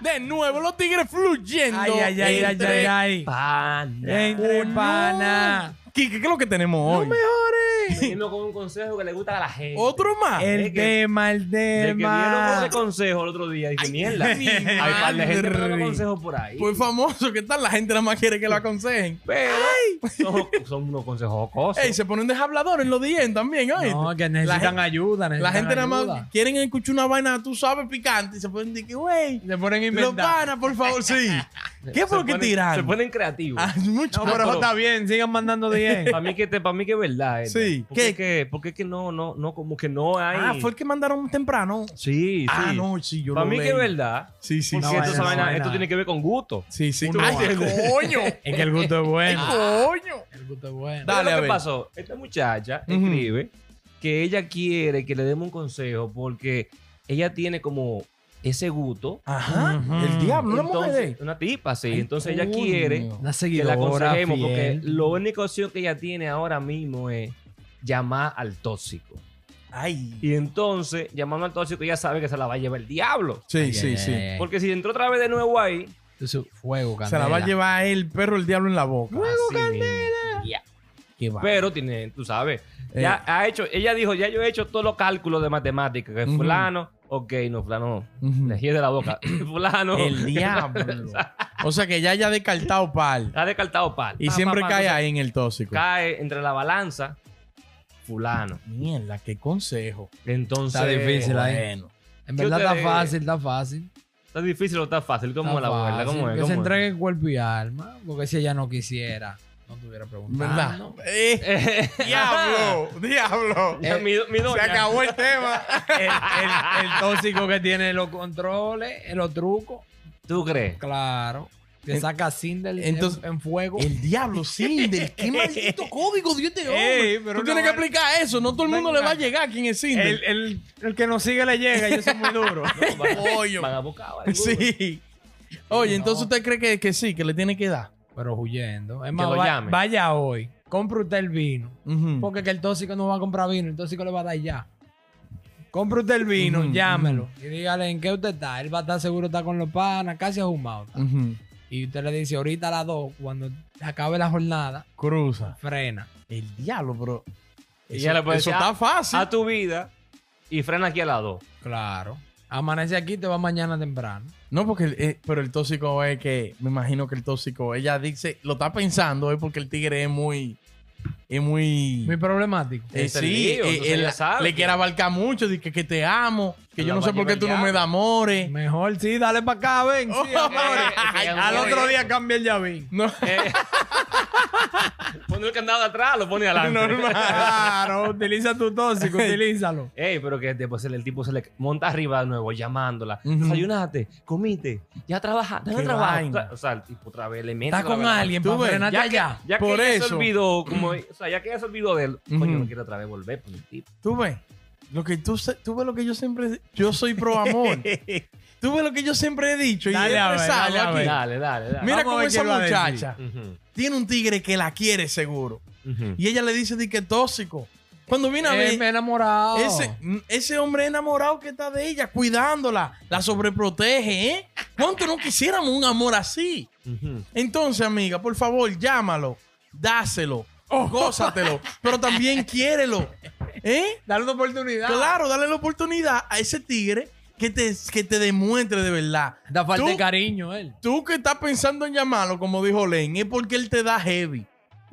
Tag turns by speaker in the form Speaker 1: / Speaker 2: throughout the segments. Speaker 1: De nuevo, los tigres fluyendo.
Speaker 2: Ay, ay, ay, ay,
Speaker 1: entre
Speaker 2: ay, ay.
Speaker 3: Panda.
Speaker 2: Entre
Speaker 1: Oh, no.
Speaker 2: pana.
Speaker 1: Quique, ¿qué es lo que tenemos hoy?
Speaker 3: Venimos con un consejo que le gusta a la gente.
Speaker 1: ¿Otro más?
Speaker 2: El
Speaker 3: Es que-
Speaker 2: tema, el
Speaker 3: De que vieron
Speaker 2: tema.
Speaker 3: ese consejo el otro día. Dije, mierda.
Speaker 1: mi
Speaker 3: Hay un par de gente
Speaker 1: madre.
Speaker 3: dando consejos por ahí.
Speaker 1: Fue Pues famoso, ¿qué tal? La gente nada más quiere que lo aconsejen.
Speaker 3: pero son, son unos consejos
Speaker 1: Ey,
Speaker 3: cosas.
Speaker 1: se ponen de hablador en los días también, ¿oíste?
Speaker 2: No, que
Speaker 1: La
Speaker 2: necesitan
Speaker 1: gente-
Speaker 2: ayuda.
Speaker 1: La
Speaker 2: necesitan
Speaker 1: gente nada más
Speaker 2: ayuda.
Speaker 1: quieren escuchar una vaina, tú sabes, picante y se ponen de que, güey,
Speaker 2: Le ponen a
Speaker 1: los
Speaker 2: inventar.
Speaker 1: panas, por favor, sí. ¿Qué por qué
Speaker 3: Se
Speaker 1: tiran?
Speaker 3: ponen creativos.
Speaker 1: Ah, mucho.
Speaker 2: No, pero
Speaker 3: pero-
Speaker 2: está bien, sigan mandando 10.
Speaker 3: Para mí que te, para mí que es verdad. eh.
Speaker 1: Sí.
Speaker 3: Porque
Speaker 1: ¿Qué?
Speaker 3: es que, porque es que no, no, no, como que no hay.
Speaker 1: Ah, fue el que mandaron temprano.
Speaker 3: Sí, sí.
Speaker 1: Ah, no, sí, yo
Speaker 3: para
Speaker 1: lo
Speaker 3: mí
Speaker 1: leí.
Speaker 3: que es verdad.
Speaker 1: Sí, sí,
Speaker 3: Porque
Speaker 2: No,
Speaker 1: sí.
Speaker 3: esto,
Speaker 2: vaina,
Speaker 3: esa
Speaker 2: no,
Speaker 3: vaina-
Speaker 2: vaina.
Speaker 3: esto tiene que ver con gusto.
Speaker 1: Sí, sí.
Speaker 2: Uno
Speaker 1: Ay,
Speaker 2: va. Ah.
Speaker 1: coño.
Speaker 2: Es que el gusto es
Speaker 1: Ay,
Speaker 2: bueno.
Speaker 1: coño.
Speaker 2: El gusto es
Speaker 1: Dale,
Speaker 2: bueno.
Speaker 3: Pero
Speaker 1: a
Speaker 3: lo
Speaker 1: ver.
Speaker 3: que pasó? Esta muchacha
Speaker 1: Ujú.
Speaker 3: escribe que ella quiere que le demos un consejo porque ella tiene como ese gusto.
Speaker 1: Ajá.
Speaker 2: Ujú.
Speaker 1: El diablo, una mujer.
Speaker 3: Entonces,
Speaker 1: de-
Speaker 3: una tipa, sí.
Speaker 1: Ay,
Speaker 3: Entonces ella
Speaker 1: coño.
Speaker 3: quiere
Speaker 2: Una
Speaker 3: que la
Speaker 2: seguidora
Speaker 3: aconsejemos porque
Speaker 2: fiel.
Speaker 3: la única opción que ella tiene ahora mismo es llamar al tóxico.
Speaker 1: Ay.
Speaker 3: Y entonces, llamando al tóxico, ella sabe que se la va a llevar el diablo.
Speaker 1: Sí, sí,
Speaker 2: Ay,
Speaker 1: sí.
Speaker 2: ay, ay, ay.
Speaker 3: Porque si entró otra vez de nuevo ahí,
Speaker 2: Entonces, Este fuego,
Speaker 1: Se la va a
Speaker 2: candela.
Speaker 1: llevar el perro el diablo en la boca.
Speaker 3: así mismo. Ya.
Speaker 2: Qué va.
Speaker 3: Pero tiene, tú sabes,
Speaker 2: Eh.
Speaker 3: ya ha hecho, ella dijo, ya yo he hecho todos los cálculos de matemática, que
Speaker 1: Ujú.
Speaker 3: fulano, ok, no, fulano,
Speaker 1: Ujú.
Speaker 3: energía de la boca, fulano,
Speaker 1: El diablo. o sea que ya haya descartado pal.
Speaker 3: ha descartado par.
Speaker 1: Y
Speaker 2: Ah,
Speaker 3: Pa,
Speaker 1: siempre
Speaker 3: pa, pa,
Speaker 1: cae
Speaker 3: entonces,
Speaker 1: ahí en el tóxico.
Speaker 3: cae entre la balanza, fulano.
Speaker 1: Mierda, qué consejo.
Speaker 3: Entonces,
Speaker 2: Está difícil ¿eh? ahí.
Speaker 1: Bueno.
Speaker 2: En
Speaker 3: ¿Qué
Speaker 2: verdad
Speaker 3: ustedes-
Speaker 2: está fácil, está fácil.
Speaker 3: está difícil o está fácil, como
Speaker 2: Está
Speaker 3: la abuela,
Speaker 2: fácil.
Speaker 3: como es,
Speaker 2: Que
Speaker 3: ¿Cómo
Speaker 2: se
Speaker 3: es?
Speaker 2: entregue el cuerpo y alma. Porque si ella no quisiera, no tuviera preguntado.
Speaker 1: ¿Verdad? Eh,
Speaker 3: Eh,
Speaker 1: diablo, diablo.
Speaker 2: Eh,
Speaker 3: ya, mi, mi
Speaker 1: Se
Speaker 3: doña.
Speaker 1: acabó el tema.
Speaker 2: El, el- el tóxico que tiene los controles, eh, los trucos.
Speaker 3: ¿Tú crees?
Speaker 2: Claro. Te
Speaker 1: En-
Speaker 2: saca sin del
Speaker 1: entonces-
Speaker 2: en, en fuego.
Speaker 1: El diablo, Cinder. Qué maldito código dio este hombre.
Speaker 2: Ey,
Speaker 1: Tú
Speaker 2: pero no
Speaker 1: tienes que
Speaker 2: vale.
Speaker 1: aplicar eso. No todo el mundo
Speaker 2: Venga.
Speaker 1: le va a llegar a quien es Cinder.
Speaker 2: El- el- el que nos sigue le llega, yo soy muy duro.
Speaker 3: No, van,
Speaker 1: Coño.
Speaker 3: van a buscar algo.
Speaker 1: Sí. Oye,
Speaker 2: No.
Speaker 1: entonces usted cree que, que sí, que le tiene que dar.
Speaker 2: Pero huyendo. Es más,
Speaker 3: lo
Speaker 2: va-
Speaker 3: llame.
Speaker 2: vaya hoy. Compre usted el vino.
Speaker 1: Ujú.
Speaker 2: Porque que el tóxico no va a comprar vino, el tóxico le va a dar ya. Compre usted el vino,
Speaker 1: Ujú,
Speaker 2: llámelo y dígale en qué usted está. Él va a estar seguro, está con los panas, casi ahumado. está.
Speaker 1: Ujú.
Speaker 2: Y usted le dice, ahorita a las dos, cuando acabe la jornada,
Speaker 1: Cruza.
Speaker 2: frena.
Speaker 1: El diablo, bro.
Speaker 3: Y
Speaker 1: Eso,
Speaker 3: ya le puede
Speaker 1: eso
Speaker 3: decir,
Speaker 1: está fácil.
Speaker 3: A tu vida y frena aquí a la dos.
Speaker 2: Claro. Amanece aquí, te va mañana temprano.
Speaker 1: No, porque el- eh, pero el tóxico es que, me imagino que el tóxico, ella dice, lo está pensando, es porque el tigre es muy, es muy...
Speaker 2: Muy problemático.
Speaker 1: eh,
Speaker 3: es el
Speaker 1: sí,
Speaker 3: lío,
Speaker 1: eh,
Speaker 3: entonces
Speaker 1: él
Speaker 3: ella sabe
Speaker 1: le
Speaker 3: que-
Speaker 1: quiere abarcar mucho, dice que, que te amo, que
Speaker 3: Se
Speaker 1: yo
Speaker 3: la
Speaker 1: no
Speaker 3: va
Speaker 1: sé
Speaker 3: a
Speaker 1: por qué
Speaker 3: llevar
Speaker 1: tú no
Speaker 3: ya.
Speaker 1: me das amores.
Speaker 2: Mejor sí, dale para acá, ven. sí, amores.
Speaker 3: Eh, eh,
Speaker 2: Al
Speaker 3: amores.
Speaker 2: otro día cambia el llavín.
Speaker 1: No,
Speaker 3: Eh, pone el candado atrás, lo pone adelante.
Speaker 2: Claro, utiliza tu tóxico, utilízalo.
Speaker 3: Ey, pero que después el, el tipo se le monta arriba de nuevo llamándola.
Speaker 1: Ujú.
Speaker 3: Desayunate, comite, ya trabaja, dale
Speaker 1: Qué
Speaker 3: trabajo.
Speaker 1: vaina.
Speaker 3: O sea, el tipo otra vez le mete.
Speaker 2: Está
Speaker 3: otra
Speaker 2: con
Speaker 3: vez la-
Speaker 2: alguien
Speaker 1: Tú
Speaker 2: para
Speaker 1: ves,
Speaker 2: frenarte
Speaker 3: Ya que,
Speaker 2: allá.
Speaker 3: ya que
Speaker 1: Por
Speaker 3: ella se
Speaker 1: eso.
Speaker 3: olvidó, como, o sea, ya que ella se olvidó de él, coño,
Speaker 1: Ujú.
Speaker 3: no quiero otra vez volver con el tipo.
Speaker 1: tú ves, lo que tú, se- tú ves lo que yo siempre, yo soy pro amor. tú ves lo que yo siempre he dicho y he
Speaker 2: Dale a ver,
Speaker 1: expresado
Speaker 2: dale a
Speaker 1: aquí.
Speaker 2: ver.
Speaker 3: Dale, dale, dale.
Speaker 1: Mira
Speaker 2: Vamos a
Speaker 1: cómo
Speaker 2: ver
Speaker 1: esa
Speaker 2: qué va a decir.
Speaker 1: muchacha
Speaker 3: Ujú,
Speaker 1: tiene un tigre que la quiere seguro.
Speaker 3: ujú.
Speaker 1: Y ella le dice di que es tóxico. Cuando viene a
Speaker 2: Eh,
Speaker 1: ver,
Speaker 2: me he enamorado.
Speaker 1: ese, ese hombre enamorado que está de ella, cuidándola, la sobreprotege, ¿eh? ¿Cuánto no quisiéramos un amor así?
Speaker 3: Ujú.
Speaker 1: Entonces, amiga, por favor, llámalo, dáselo,
Speaker 2: Oh.
Speaker 1: gózatelo, pero también quiérelo, ¿eh?
Speaker 2: Dale una oportunidad.
Speaker 1: Claro, dale la oportunidad a ese tigre que te, que te demuestre de verdad.
Speaker 2: Da falta
Speaker 1: Tú-
Speaker 2: de cariño él.
Speaker 1: Tú que estás pensando en llamarlo, como dijo Len, es porque él te da heavy.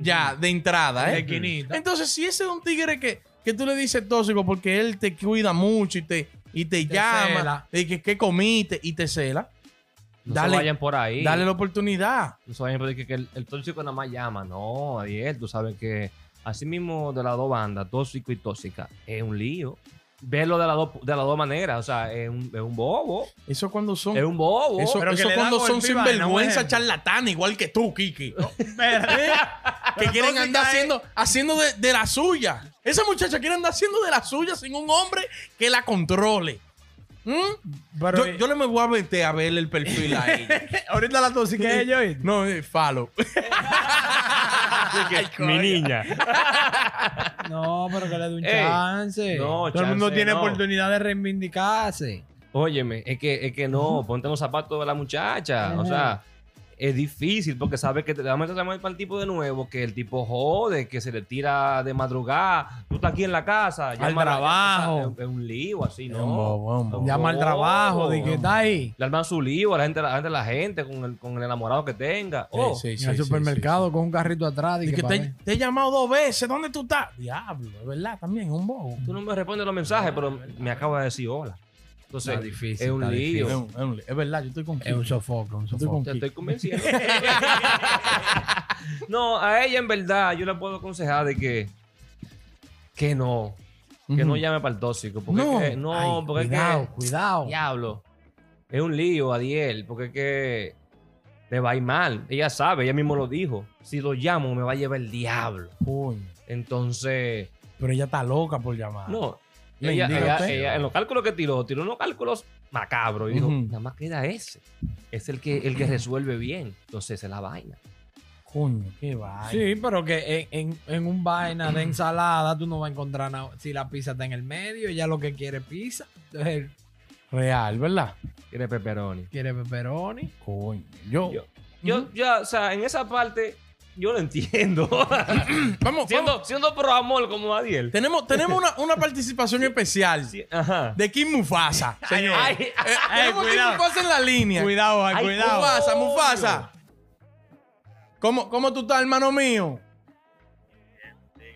Speaker 1: Ya, de entrada,
Speaker 2: De
Speaker 1: ¿eh?
Speaker 2: esquinita.
Speaker 1: Entonces, si ese es un tigre que, que tú le dices tóxico porque él te cuida mucho y te, y te,
Speaker 2: Te
Speaker 1: llama,
Speaker 2: cela.
Speaker 1: y que, que comiste y te cela,
Speaker 3: No
Speaker 1: Dale.
Speaker 3: se vayan por ahí.
Speaker 1: dale la oportunidad.
Speaker 3: No se vayan por ahí, que, que el, el tóxico nada más llama. No, Adiel, tú sabes que así mismo de las dos bandas, tóxico y tóxica, es un lío. Verlo de las dos de las dos maneras, o sea, es un, es un bobo.
Speaker 1: Eso cuando son.
Speaker 3: Es un bobo.
Speaker 1: Eso,
Speaker 2: Pero que
Speaker 1: eso
Speaker 2: le da
Speaker 1: cuando
Speaker 2: golpe
Speaker 1: son
Speaker 2: y vaina, un
Speaker 1: sinvergüenza
Speaker 2: ejemplo.
Speaker 1: charlatana, igual que tú, Kiki.
Speaker 2: Espérate.
Speaker 1: que
Speaker 2: Pero
Speaker 1: quieren
Speaker 2: tóxica
Speaker 1: andar
Speaker 2: es-
Speaker 1: haciendo, haciendo de, de la suya. Esa muchacha quiere andar haciendo de la suya sin un hombre que la controle. ¿Mm?
Speaker 2: Pero, eh,
Speaker 1: Yo, yo le me voy a meter a verle el perfil a ella.
Speaker 2: ahorita la tóxica es ella. ¿oíste?
Speaker 1: No, eh, falo.
Speaker 3: mi niña.
Speaker 2: No, pero que le dé un
Speaker 3: Ey,
Speaker 2: chance.
Speaker 3: no,
Speaker 2: Todo el mundo
Speaker 3: chance,
Speaker 2: tiene
Speaker 3: no.
Speaker 2: oportunidad de reivindicarse.
Speaker 3: Óyeme, es que, es que no, ponte los zapatos de la muchacha. O
Speaker 2: Ajá.
Speaker 3: sea, es difícil porque sabes que te le vamos a llamar para el tipo de nuevo, que el tipo jode, que se le tira de madrugada. Tú estás aquí en la casa, llama a la-
Speaker 2: trabajo.
Speaker 3: o sea, Es, es un lío así,
Speaker 1: Es un
Speaker 3: ¿no?
Speaker 1: bobo, es un bobo.
Speaker 2: Llama al trabajo, di que está ahí.
Speaker 3: Le arman su lío a la gente, a la gente, a la gente con, el, con el enamorado que tenga. Oh,
Speaker 1: Sí, sí, sí,
Speaker 2: en el
Speaker 1: sí,
Speaker 2: supermercado
Speaker 1: sí,
Speaker 2: con un carrito atrás.
Speaker 1: sí.
Speaker 2: di
Speaker 1: Di
Speaker 2: que
Speaker 1: que
Speaker 2: pa'
Speaker 1: te,
Speaker 2: ver.
Speaker 1: te he llamado dos veces, ¿dónde tú estás? Diablo, es verdad, también es un bobo.
Speaker 3: Tú no me respondes los mensajes, pero me acaba de decir hola. Entonces,
Speaker 2: Está difícil,
Speaker 3: es un
Speaker 2: está
Speaker 1: Es,
Speaker 3: lío.
Speaker 1: un- es un- es verdad, yo estoy con
Speaker 2: Es un
Speaker 1: Kiko.
Speaker 2: sofoco, un
Speaker 1: Yo estoy
Speaker 2: sofoco.
Speaker 1: con
Speaker 3: Te
Speaker 1: Kiko.
Speaker 3: estoy convenciendo. no, a ella en verdad yo le puedo aconsejar de que que no, que no
Speaker 1: Ujú.
Speaker 3: llame para el tóxico, porque
Speaker 1: No.
Speaker 3: es que- no,
Speaker 2: Ay,
Speaker 3: porque es que-
Speaker 2: cuidado, cuidado.
Speaker 3: diablo. Es un lío, Adiel, porque es que le va a ir mal. Ella sabe, ella mismo lo dijo. Si lo llamo me va a llevar el diablo.
Speaker 1: Coño,
Speaker 3: Entonces,
Speaker 1: Pero ella está loca por llamar.
Speaker 3: no.
Speaker 1: Le
Speaker 3: Ella,
Speaker 1: Ah. indica
Speaker 3: ella-
Speaker 1: usted.
Speaker 3: ella, en los cálculos que tiró, tiró unos cálculos macabros y dijo,
Speaker 1: Ujú.
Speaker 3: nada más queda ese. Es el que, el que resuelve bien. Entonces, esa es la vaina.
Speaker 1: Coño, qué vaina.
Speaker 2: Sí, pero que en, en- en un vaina de ensalada tú no vas a encontrar nada. Si la pizza está en el medio, ella lo que quiere es pizza. Entonces él
Speaker 1: Real, ¿verdad?
Speaker 3: Quiere pepperoni.
Speaker 2: quiere pepperoni.
Speaker 1: Coño. Yo.
Speaker 3: Yo, yo, ya, o sea, en esa parte yo lo entiendo.
Speaker 1: Vamos, vamos.
Speaker 3: siendo, siendo pro amor como Adiel.
Speaker 1: Tenemos, tenemos una, una participación especial
Speaker 3: Sí, Ajá.
Speaker 1: de Kim Mufasa. Señor.
Speaker 3: Ay,
Speaker 1: Eh,
Speaker 3: ay,
Speaker 1: tenemos a Kim
Speaker 2: cuidado.
Speaker 1: Mufasa en la línea.
Speaker 2: Cuidado,
Speaker 3: Ay, cuidado.
Speaker 1: Mufasa,
Speaker 3: Coño.
Speaker 1: Mufasa. ¿Cómo, ¿Cómo tú estás, hermano mío?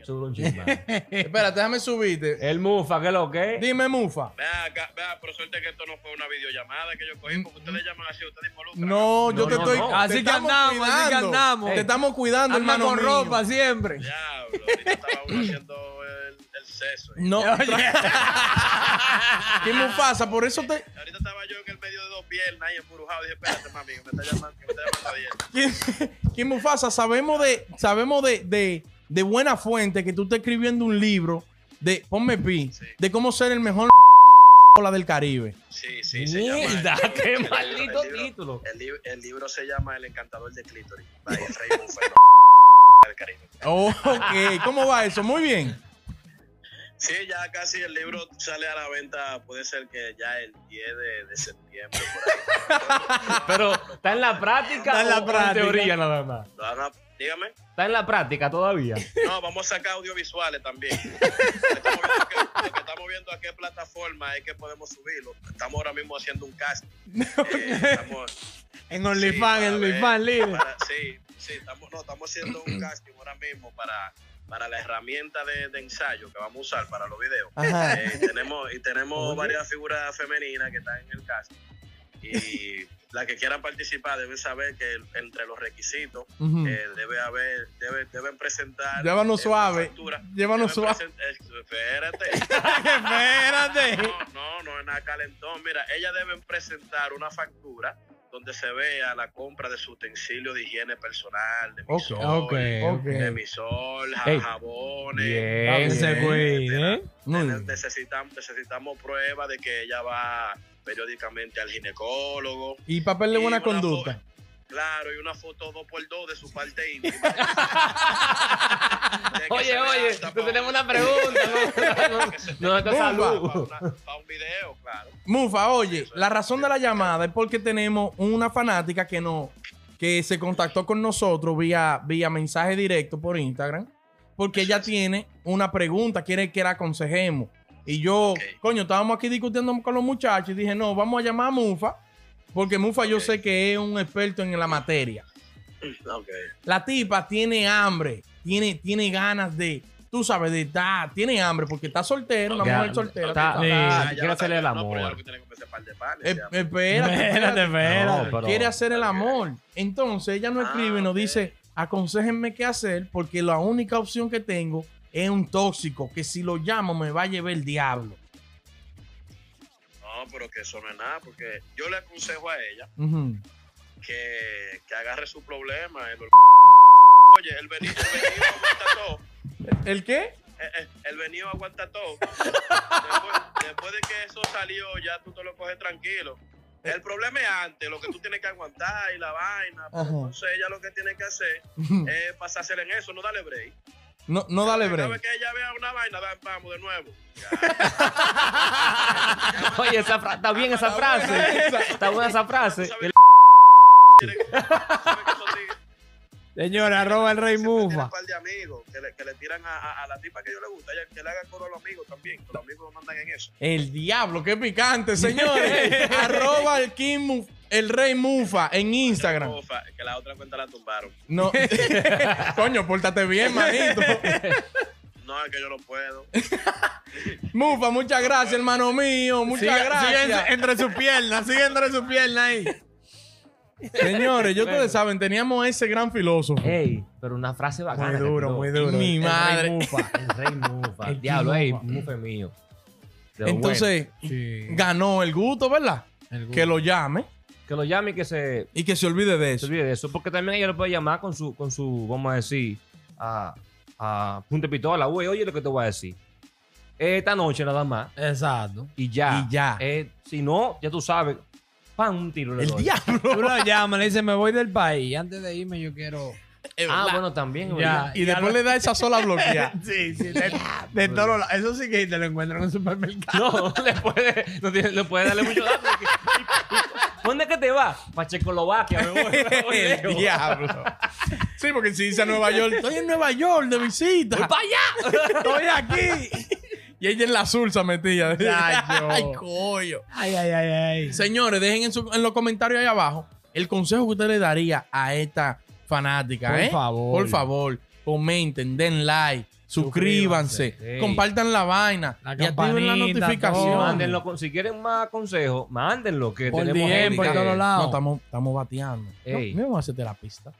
Speaker 3: sobre un chisme.
Speaker 1: Espérate, déjame subirte.
Speaker 3: El Mufa, ¿qué es lo que? es?
Speaker 1: Dime, Mufa.
Speaker 4: Ve acá, ve acá, pero suerte que esto no fue una videollamada que yo cogí, porque ustedes llaman así, ustedes involucran.
Speaker 1: No, yo
Speaker 3: Mm, No,
Speaker 1: te
Speaker 3: no,
Speaker 1: estoy.
Speaker 3: no.
Speaker 1: te
Speaker 2: Así que
Speaker 1: estamos
Speaker 2: andamos, así que
Speaker 1: cuidando.
Speaker 2: andamos.
Speaker 1: Te
Speaker 3: Ey.
Speaker 1: estamos cuidando,
Speaker 2: Anda
Speaker 1: hermano
Speaker 2: con
Speaker 1: mío.
Speaker 2: ropa siempre.
Speaker 4: Diablo, ahorita estaba uno haciendo el, el seso. y-
Speaker 1: No. Kim Mufasa, por eso te.
Speaker 4: Ahorita estaba yo en el medio de dos piernas ahí emburujado. Dije, espérate, mami, que me está llamando, que me está llamando bien.
Speaker 1: Kim- Kim Mufasa, sabemos de, sabemos de, de, de buena fuente que tú estás escribiendo un libro de, ponme pi,
Speaker 4: Sí.
Speaker 1: de cómo ser el mejor la del Caribe.
Speaker 4: Sí, sí, se llama.
Speaker 3: Mierda,
Speaker 4: el
Speaker 3: qué
Speaker 4: libro- el libro-
Speaker 3: maldito
Speaker 4: el libro-
Speaker 3: título.
Speaker 4: El, li- el libro se llama El encantador de clítoris. By Rey Buffet, del Caribe.
Speaker 1: Ok, ¿cómo va eso? Muy bien.
Speaker 4: Sí, ya casi el libro sale a la venta, puede ser que ya el 10 de, de septiembre.
Speaker 3: Pero está en la práctica.
Speaker 2: Está en la
Speaker 3: o
Speaker 2: práctica.
Speaker 3: teoría nada más.
Speaker 4: Por ahí. No, no, dígame.
Speaker 3: Está en la práctica todavía.
Speaker 4: No, vamos a sacar audiovisuales también. Estamos viendo que- lo que estamos viendo a qué plataforma es que podemos subirlo. Estamos ahora mismo haciendo un casting. Eh, estamos,
Speaker 2: En
Speaker 4: sí,
Speaker 2: OnlyFans,
Speaker 4: para
Speaker 2: en
Speaker 4: ver,
Speaker 2: OnlyFans, líder.
Speaker 4: para- sí, sí, estamos, no, estamos haciendo un casting ahora mismo para, para la herramienta de, de ensayo que vamos a usar para los videos.
Speaker 1: Ajá.
Speaker 4: Eh, y tenemos, y tenemos varias figuras femeninas que están en el casting. Y las que quieran participar deben saber que el- entre los requisitos
Speaker 1: Ujú.
Speaker 4: eh, debe haber, debe, deben presentar.
Speaker 1: Llévanos
Speaker 4: eh,
Speaker 1: suave.
Speaker 4: factura.
Speaker 1: Llévanos
Speaker 4: Deben
Speaker 1: suave.
Speaker 4: present- eh, Espérate.
Speaker 2: Espérate.
Speaker 4: No, no, no es nada calentón. Mira, ellas deben presentar una factura donde se vea la compra de su utensilio de higiene personal, de misol,
Speaker 2: Ok, ok.
Speaker 4: de misol, ja-
Speaker 3: Ey.
Speaker 4: jabones.
Speaker 3: Bien.
Speaker 1: Bien.
Speaker 2: Ese cuide, ¿eh?
Speaker 1: Muy
Speaker 4: Ne-
Speaker 1: bien.
Speaker 4: Necesitamos, necesitamos prueba de que ella va periódicamente al ginecólogo.
Speaker 1: Y papel de
Speaker 4: Y
Speaker 1: buena
Speaker 4: una
Speaker 1: conducta.
Speaker 4: Claro, y una foto 2x2 de su parte íntima. De que se
Speaker 3: Oye,
Speaker 4: vea
Speaker 3: oye,
Speaker 4: hasta
Speaker 3: te
Speaker 4: pa'
Speaker 3: tenemos una pregunta. No, no, no, está
Speaker 1: Mufa.
Speaker 3: salud.
Speaker 4: Para un video, claro.
Speaker 1: Mufa, oye, la razón de la llamada es porque tenemos una fanática que no, que se contactó con nosotros vía, vía mensaje directo por Instagram, porque ella tiene una pregunta, quiere que la aconsejemos. Y yo,
Speaker 4: Ok.
Speaker 1: coño, estábamos aquí discutiendo con los muchachos y dije, no, vamos a llamar a Mufa, porque Mufa yo
Speaker 4: Ok.
Speaker 1: sé que es un experto en la materia.
Speaker 4: Ok.
Speaker 1: La tipa tiene hambre, tiene, tiene ganas de, tú sabes, de estar, tiene hambre porque está soltera, una
Speaker 3: Ya,
Speaker 1: mujer soltera.
Speaker 3: está-
Speaker 1: tú sabes.
Speaker 2: Sí.
Speaker 3: está-
Speaker 4: Ah, Ya, ya
Speaker 3: quiere
Speaker 4: no
Speaker 3: Ah, hacerle
Speaker 4: está-
Speaker 3: el
Speaker 4: no, pero ya lo
Speaker 3: amor.
Speaker 4: que tiene que comer es par de panes,
Speaker 1: Eh,
Speaker 4: ya.
Speaker 1: espérate,
Speaker 2: Espérate,
Speaker 1: espérate.
Speaker 2: espérate.
Speaker 3: No, pero-
Speaker 1: quiere hacer el amor. Entonces ella nos
Speaker 4: Ah,
Speaker 1: escribe y nos
Speaker 4: ok.
Speaker 1: dice, aconséjenme qué hacer porque la única opción que tengo es un tóxico que si lo llamo me va a llevar el diablo.
Speaker 4: No, pero que eso no es nada, porque yo le aconsejo a ella
Speaker 1: Ujú.
Speaker 4: que, que agarre su problema. El... or- Oye, el venido, el venido aguanta todo.
Speaker 1: ¿El qué?
Speaker 4: Eh, eh, el venido aguanta todo. Después, después de que eso salió, ya tú te lo coges tranquilo. El problema es antes, lo que tú tienes que aguantar y la vaina. pero
Speaker 1: Ajá.
Speaker 4: Entonces ella lo que tiene que hacer
Speaker 1: Ujú.
Speaker 4: es pasársela en eso, no darle break.
Speaker 1: No, no dale
Speaker 4: Cada vez
Speaker 1: break.
Speaker 4: que ella vea una vaina, va- vamos de nuevo.
Speaker 3: Oye, esa fra- está bien esa frase. Está buena esa frase.
Speaker 4: Tú sabes-
Speaker 3: El-
Speaker 4: ¿Sabes que esos tigres
Speaker 2: Señora, arroba el rey
Speaker 4: siempre tienen
Speaker 2: Mufa.
Speaker 4: un par de amigos que le, que le tiran a, a- a la tipa que yo le gusta. Ella- Que le hagan coro a los amigos también. que Los amigos lo mandan en eso.
Speaker 1: El diablo, qué picante, señores. Arroba el King Muf- el Rey Mufa en Instagram.
Speaker 4: Ufa, que la otra cuenta la tumbaron.
Speaker 1: No. Coño, pórtate bien, manito.
Speaker 4: No, es que yo no puedo.
Speaker 1: Mufa, muchas gracias, hermano mío. Muchas
Speaker 2: Sigue- sigue
Speaker 1: gracias.
Speaker 2: en- entre sus piernas, sigue entre sus piernas ahí.
Speaker 1: Señores, yo ustedes saben, teníamos ese gran filósofo.
Speaker 2: Eh,
Speaker 3: Ey, pero una frase bacana. que tiró.
Speaker 1: Mi
Speaker 2: El rey
Speaker 1: madre.
Speaker 2: Mufa.
Speaker 3: El rey Mufa.
Speaker 2: El
Speaker 3: El diablo, ey,
Speaker 2: Mufa.
Speaker 3: Mufa es mío. De lo
Speaker 1: Entonces,
Speaker 2: Sí.
Speaker 1: ganó el gusto, ¿verdad?
Speaker 2: El
Speaker 1: Que lo llame
Speaker 3: bueno. que lo llame y que se,
Speaker 1: y que se olvide de
Speaker 3: se
Speaker 1: eso.
Speaker 3: olvide de eso. Porque también ella lo puede llamar con su, con su vamos a decir, a, a punta de pistola. Güey, oye lo que te voy a decir. Esta noche nada más.
Speaker 2: Exacto.
Speaker 3: Y ya.
Speaker 1: Y ya.
Speaker 3: Eh, si no, ya tú sabes. Pan, un tiro le
Speaker 1: El
Speaker 3: doy.
Speaker 1: diablo.
Speaker 2: Tú lo llamas, le dices, me voy del país. Antes de irme, yo quiero.
Speaker 3: Ah, bueno, también.
Speaker 2: Ya.
Speaker 3: ¿verdad?
Speaker 1: Y después le da esa sola bloqueada.
Speaker 2: Sí, sí, de, de todos los lados. Eso sí que te lo encuentran en un supermercado.
Speaker 3: No, le puede, no tiene- le puede darle mucho dato. porque- y- y- ¿Dónde es que te vas? Para Checoslovaquia, me voy. me voy
Speaker 1: el
Speaker 3: lejos.
Speaker 1: diablo. Sí, porque si dice a Nueva York, estoy en Nueva York de visita.
Speaker 3: ¡Voy para allá!
Speaker 1: Estoy aquí. Y ella en la salsa metida.
Speaker 2: Chacho.
Speaker 1: Ay, coño.
Speaker 2: Ay, ay, ay, ay.
Speaker 1: Señores, dejen en, su- en los comentarios ahí abajo el consejo que usted le daría a esta fanática.
Speaker 2: Por
Speaker 1: ¿eh?
Speaker 2: favor.
Speaker 1: Por favor, comenten, den like, suscríbanse,
Speaker 3: Suscríbanse, sí.
Speaker 1: compartan la vaina
Speaker 2: La
Speaker 1: y activen la
Speaker 2: campanita,
Speaker 3: Y
Speaker 2: todo.
Speaker 1: notificación.
Speaker 3: mándenlo con- si quieren más consejos, mándenlo. Que
Speaker 2: Por
Speaker 3: tenemos
Speaker 2: DM,
Speaker 3: gente
Speaker 2: por
Speaker 3: que-
Speaker 2: todos lados.
Speaker 1: No, estamos, estamos bateando. No,
Speaker 3: Ey.
Speaker 1: no vamos a hacerte la pista.